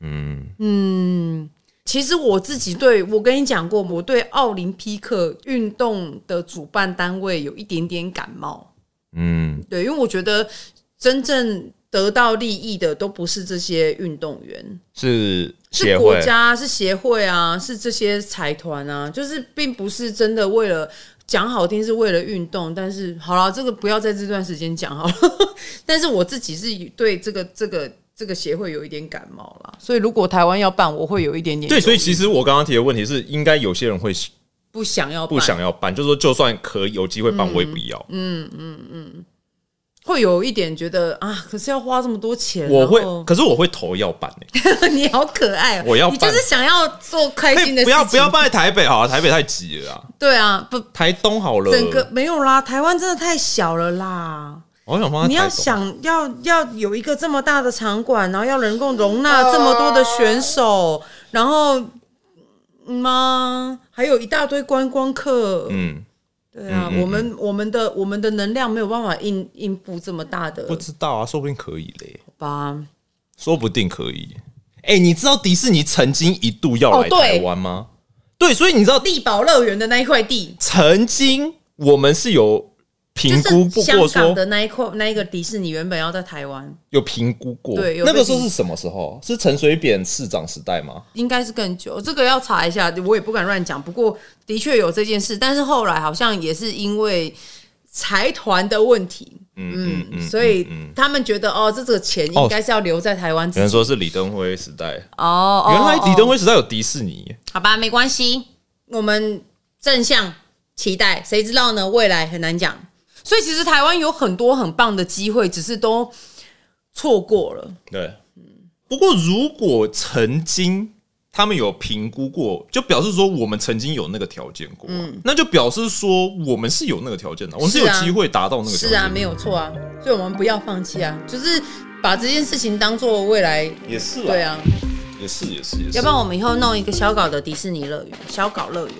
Speaker 4: 嗯嗯，其实我自己对我跟你讲过，我对奥林匹克运动的主办单位有一点点感冒。
Speaker 3: 嗯，
Speaker 4: 对，因为我觉得真正得到利益的都不是这些运动员，
Speaker 3: 是
Speaker 4: 是国家、是协会啊，是这些财团啊，就是并不是真的为了讲好听是为了运动，但是好了，这个不要在这段时间讲好了。 [LAUGHS] 但是我自己是对这个这个这个协会有一点感冒啦，所以如果台湾要办，我会有一点点
Speaker 3: 对，所以其实我刚刚提的问题是，应该有些人会
Speaker 4: 不想要办
Speaker 3: 不想要办，就是说就算可以有机会办，
Speaker 4: 嗯
Speaker 3: 我也不要。
Speaker 4: 会有一点觉得啊，可是要花这么多钱，
Speaker 3: 我会
Speaker 4: 然，后
Speaker 3: 可是我会投要办、
Speaker 4: [LAUGHS]
Speaker 3: 欸、
Speaker 4: 你好可爱、哦，
Speaker 3: 我要
Speaker 4: 你就是
Speaker 3: 办
Speaker 4: 想要做开
Speaker 3: 可
Speaker 4: 心的事情，
Speaker 3: 以不要不要办在呃台北好了，台北太挤了啦，
Speaker 4: 对啊，不
Speaker 3: 台东好了，
Speaker 4: 整个没有啦，台湾真的太小了啦。
Speaker 3: 我想放在
Speaker 4: 你要
Speaker 3: 台东
Speaker 4: 想要要有一个这么大的场馆，然后要能够容
Speaker 3: 哦
Speaker 4: 纳这么多的选手，然后嗯吗、还有一大堆观光客。
Speaker 3: 嗯，
Speaker 4: 对啊，
Speaker 3: 嗯嗯嗯
Speaker 4: 我们我们的我们的能量没有办法应应付这么大的
Speaker 3: 不知道啊，说不定可以嘞，
Speaker 4: 吧？
Speaker 3: 说不定可以。哎、你知道迪士尼曾经一度要
Speaker 4: 哦
Speaker 3: 来
Speaker 4: 对
Speaker 3: 台湾吗？对，所以你知道
Speaker 4: 地堡乐园的那一块地，
Speaker 3: 曾经我们是有
Speaker 4: 就
Speaker 3: 评估
Speaker 4: 是
Speaker 3: 不
Speaker 4: 香
Speaker 3: 过
Speaker 4: 港的
Speaker 3: 说
Speaker 4: 那一块那一个迪士尼原本要在台湾，
Speaker 3: 有评估过，
Speaker 4: 对有
Speaker 3: 那
Speaker 4: 被
Speaker 3: 个时候
Speaker 4: 评
Speaker 3: 是什么时候？是陈水扁市长时代吗？
Speaker 4: 应该是更久，这个要查一下，我也不敢乱讲。不过的确有这件事，但是后来好像也是因为财团的问题，嗯嗯，所以他们觉得哦，这这个钱应该是要留在台湾自
Speaker 3: 有人
Speaker 4: 己。
Speaker 3: 说是李登辉时代，
Speaker 4: 哦，
Speaker 3: 嗯原来李登
Speaker 4: 辉、
Speaker 3: 辉时代有迪士尼，
Speaker 4: 好吧，没关系，我们正向期待，谁知道呢？未来很难讲。所以其实台湾有很多很棒的机会，只是都错过了。
Speaker 3: 对。不过如果曾经他们有评估过，就表示说我们曾经有那个条件过啊，那就表示说我们是有那个条件的，我们是有
Speaker 4: 嗯是啊
Speaker 3: 机会达到那个条
Speaker 4: 是
Speaker 3: 件。
Speaker 4: 啊，没有错啊，所以我们不要放弃啊，就是把这件事情当做未来。
Speaker 3: 也是
Speaker 4: 对，啊，
Speaker 3: 也是也是也是。
Speaker 4: 要不然我们以后弄一个小搞的迪士尼乐园，小搞乐园，